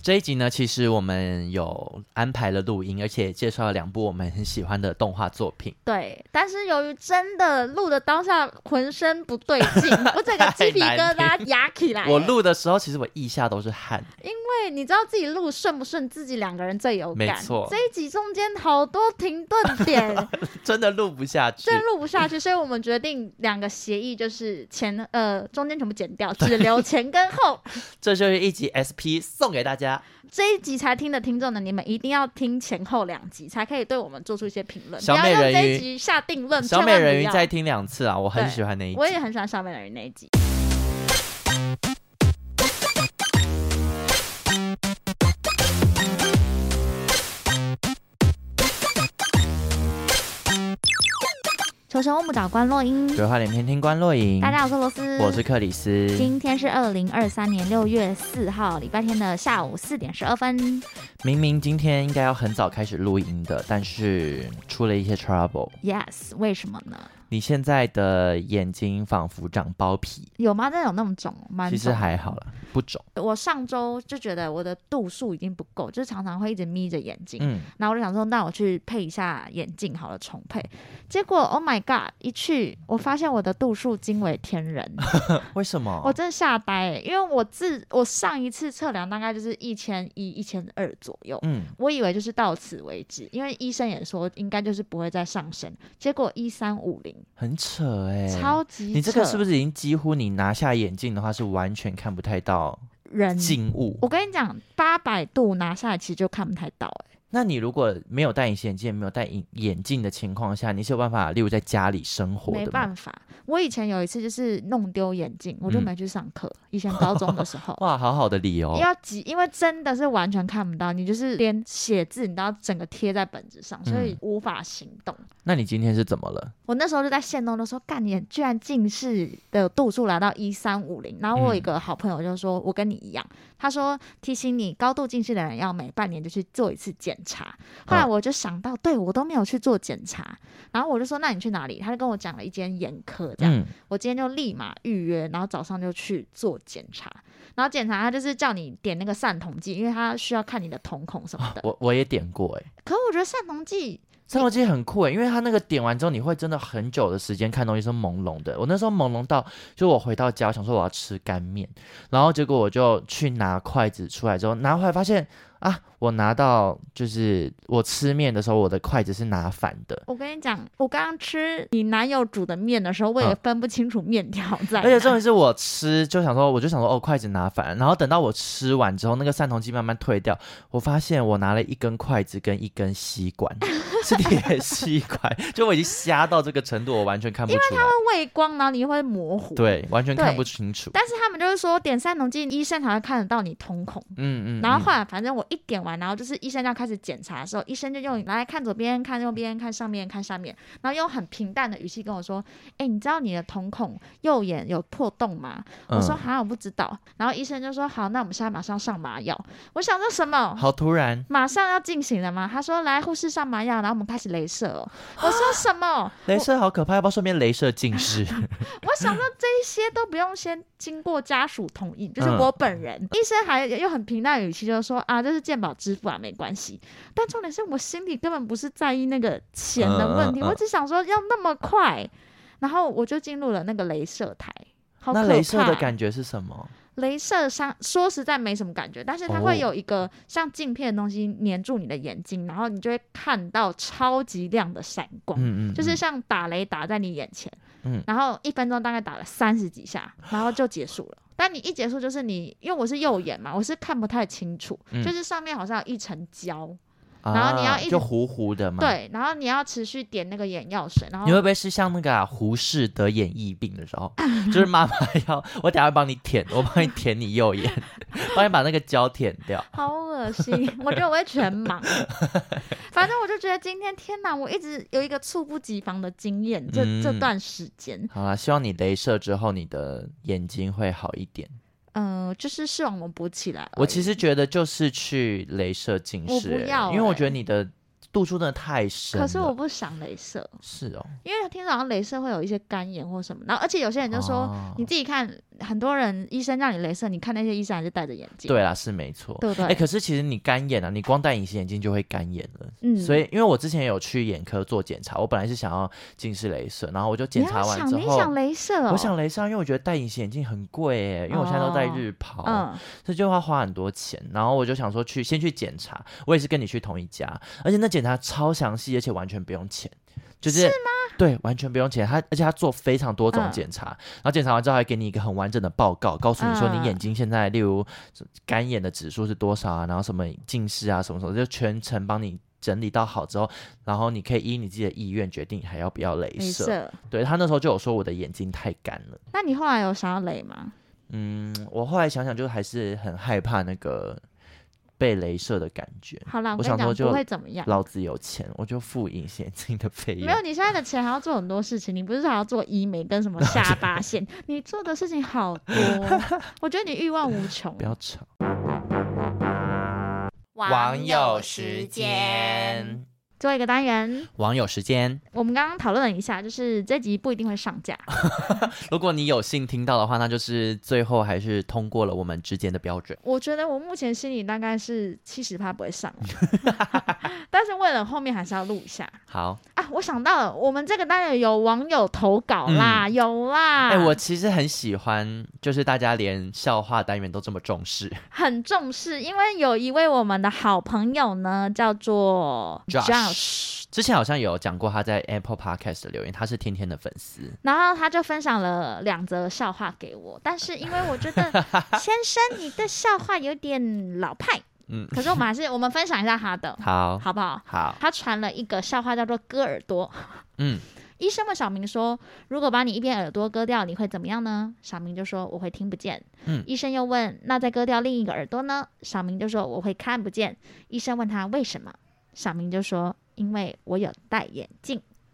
这一集呢，其实我们有安排了录音，而且介绍了两部我们很喜欢的动画作品。对，但是由于真的录的当下浑身不对劲， 我整个鸡皮疙瘩压起来。我，录的时候，其实我腋下都是 汗。因为你知道自己录顺不顺，自己两个人最有感。没错这一集中间好多 停顿点，真的录不下去真。的录不下去，所以我们决定两个协议就是前呃中间全部剪掉，只 留前跟后。这就是一集 SP 送给大家。这一集才听的听众呢，你们一定要听前后两集，才可以对我们做出一些评论。不小要美让人这鱼一集下定论，小千美万人不鱼要再听两次啊，我很对喜欢那一集我。也很喜欢小美人鱼那一集。求神问不找关洛英，鬼话连篇听关若影，大家好，我是罗斯，我是克里斯。今天是二零二三年六月四号，礼拜天的下午四点十二分。明明今天应该要很早开始录音的，但是出了一些 trouble。 Yes，为什么呢？你现在的眼睛仿佛长包皮，有吗？真的有那么肿？蛮其肿实的还好啦，不肿。我上周就觉得我的度数已经不够，就是常常会一直眯着眼睛。嗯，然后我就想说，那我去配一下眼镜好了，重配。结果 Oh my God，一去我发现我的度数惊为 天人，为什么？我真的吓呆、欸，因为我自我上一次测量大概就是一千一、一千二左右。嗯，我以为就是到此为止，因为医生也说应该就是不会再上升，结果一三五零，很扯哎、超级你这个是不是是已经几乎你拿下眼镜的话是完全看不太到人？静物？我跟你讲，八百度拿下来其实就看不太到、欸，那你如果没有戴隐形眼镜、没有戴眼眼镜的情况下，你是有办法，例如在家里生活没的吗？办法，我以前有一次就是弄丢眼镜，我就嗯，没去上课。以前高中的时候哇，好好的理由，要急，因为真的是完全看不到，你就是连写字你都要整个贴在本子上，所以嗯无法行动。那你今天是怎么了？我那时候就在线动就说，干你居然近视的度数来到一三五零。然后我有一个好朋友就说，我跟你一样，他说提醒你高度近视的人要每半年就去做一次检查。后来我就想到，对我都没有去做检查，然后我就说那你去哪里？他就跟我讲了一间眼科这样。嗯，我今天就立马预约，然后早上就去做检查。然后检查他就是叫你点那个散瞳剂，因为他需要看你的瞳孔 什么的。我我也点过哎、可我觉得散瞳剂三头肌很酷欸诶，因为它那个点完之后，你会真的很久的时间看东西是朦胧的。我那时候朦胧到，就我回到家，我想说我要吃干面，然后结果我就去拿筷子出来之后，拿回来发现啊，我拿到就是我吃面的时候，我的筷子是拿反的，我跟你讲，我刚刚吃你男友煮的面的时候，我也嗯分不清楚面条在哪。而且重点是我吃就想说，我就想说哦，筷子拿反了，然后等到我吃完之后，那个三头肌慢慢退掉，我发现我拿了一根筷子跟一根吸管，是铁吸管，就我已经瞎到这个程度，我完全看不出来。畏光，然后你会模糊。。对，完全看对不清楚。但是他们就是说点散瞳剂，医生才会看得到你瞳孔。嗯嗯。然后后嗯来，反正我一点完，然后就是医生要开始检查的时候，医生就用来看左边、看右边、看上面、看下面，然后用很平淡的语气跟我说：“哎、你知道你的瞳孔右眼有破洞吗？”我说：“嗯好，我不知道。”然后医生就说：“好，那我们现在马上上麻药。”我想说什么？好突然，马上要进行了吗？他说来护士上麻药，然后我们开始镭射哦。我说什么？镭射好可怕，要不要顺便镭射近 视？ 我想到这一些都不用先经过家属同意，就是嗯我本人。医生还用很平淡的语气就说啊，这是健保支付啊，没关系。但重点是我心里根本不是在意那个钱的问题，嗯嗯嗯我只想说要那么快。然后我就进入了那个镭射台，好可那怕。镭射的感觉是什么？镭射伤说实在没什么感觉，但是它哦会有一个像镜片的东西粘住你的眼睛，然后你就会看到超级亮的闪光，嗯嗯，就是嗯像打雷打在你眼前。嗯然后一分钟大概打了三十几下，然后就结束了。但你一结束，就是你因为我是右眼嘛，我是看不太清楚，嗯就是上面好像有一层胶，啊然后你要一直就糊糊的嘛。。对，然后你要持续点那个眼药水，然后你会不会是像那个啊胡适得眼翳病的时候， 就是妈妈要我等下帮你舔， 我帮你舔你右眼， 帮你把那个胶舔掉。好恶心，我觉得我会全 盲。反正我就觉得今天，天哪，我一直有一个猝不及防的经验，这、嗯这段时间，好啦，希望你镭射之后你的眼睛会好一点。嗯、就是视网膜勃起来而已。我其实觉得就是去镭射近我视不欸、要因为我欸觉得你的度数真的太深了。可是我不想镭射，是哦，因为听说好像镭射会有一些干眼或什么，然后而且有些人就说，哦你自己看很多人医生让你镭射，你看那些医生还是戴着眼镜，对啦，是没错。对不对？哎、可是其实你干眼啊，你光戴隐形眼镜就会干眼了。嗯所以，因为我之前有去眼科做检查，我本来是想要近视雷射，然后我就你检查要完想之你后，想镭射哦，我想雷射，啊因为我觉得戴隐形眼镜很贵耶，因为我现在都戴日抛，嗯，这就要花很多钱。然后我就想说去先去检查，我也是跟你去同一家，而且那检查超详细，而且完全不用钱，就是是对，完全不用钱。他而且他做非常多种嗯检查，然后检查完之后还给你一个很完整的报告，告诉你说嗯你眼睛现在例如干眼的指数是多少啊，然后什么近视啊什么什么，就全程帮你。整理到好之后，然后你可以依你自己的意愿决定还要不要镭镭射。射。对他那时候就有说我的眼睛太干了。那你后来有想要雷吗？嗯，我后来想想，就是还是很害怕那个被镭射的感觉。好啦，我我跟你想说讲，就不会怎么样。老子有钱，我就付隐形眼镜的费用没。有，你现在的钱还要做很多事情，你不是还要做医美跟什么下巴 线，你做的事情好多，哦我觉得你欲望无穷不。要吵。网友时间，最后一个单元，网友时间。我们刚刚讨论了一下，就是这集不一定会上架，如果你有幸听到的话，那就是最后还是通过了我们之间的标准。我觉得我目前心里大概是七十趴不会上了， 但是为了后面还是要录一下好，啊！我想到了，我们这个单元有网友投稿啦，有啊啦，哎、我其实很喜欢，就是大家连笑话单元都这么重 视。很重视，因为有一位我们的好朋友呢，叫做 Josh Josh 之前好像有讲过他在 Apple Podcast 的留言，他是天天的粉丝。然后他就分享了两则笑话给我，但是因为我 觉得先生你的笑话有点老派，嗯可是我们还是我们分享一下他的，好，好不好？好，他传了一个笑话叫做割耳朵，嗯，医生问小明说：“如果把你一边耳朵割掉，你会怎么样呢？”小明就说：“我会听不见。”嗯医生又问：“那再割掉另一个耳朵呢？”小明就说：“我会看不见。”医生问他为什么，小明就说：“因为我有戴眼镜。”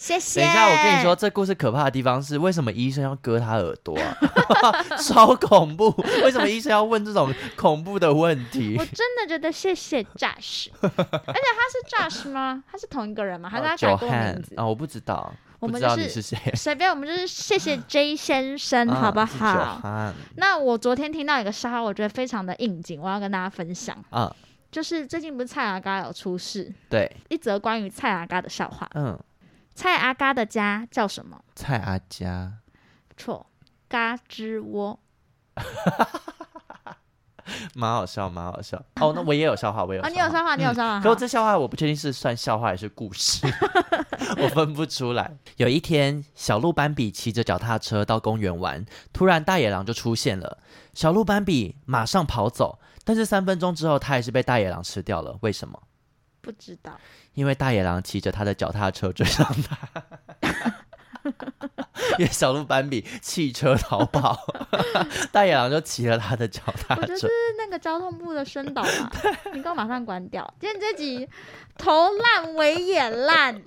谢谢。等一下，我跟你说，，这故事可怕的地方是，为什么医生要割他耳朵啊？ 超恐怖！为什么医生要问这种恐怖的问题我？真的觉得谢谢 Josh，而且他是 Josh 吗？他是同一个人吗？还是他改久过名汉字？啊，我不知道，我不们知就道你是是谁，随便，我们就是谢谢 J 先生，啊好不是久好？汉那我昨天听到一个笑话，我觉得非常的应景，我要跟大家分享。啊，就是最近不是蔡阿嘎有出事，对，一则关于蔡阿嘎的笑话。嗯，蔡阿嘎的家叫什么？蔡阿佳，错，嘎吱窝。蛮好笑，蛮好笑。哦，那我也有笑话，我也有啊，你有笑话，你有笑话。可我好这笑话我不确定是算笑话还是故事， 我分不出来。有一天，小鹿斑比骑着脚踏车到公园玩，突然大野狼就出现了。小鹿斑比马上跑走，但是三分钟之后，它还是被大野狼吃掉了。为什么？不知道。因为大野狼骑着他的脚踏车追上它。 因为小鹿斑比弃车逃跑， 大野狼就骑了他的脚踏我觉得车是。那个交通部的宣导嘛， 你给我马上关掉。今天这集头烂尾也烂，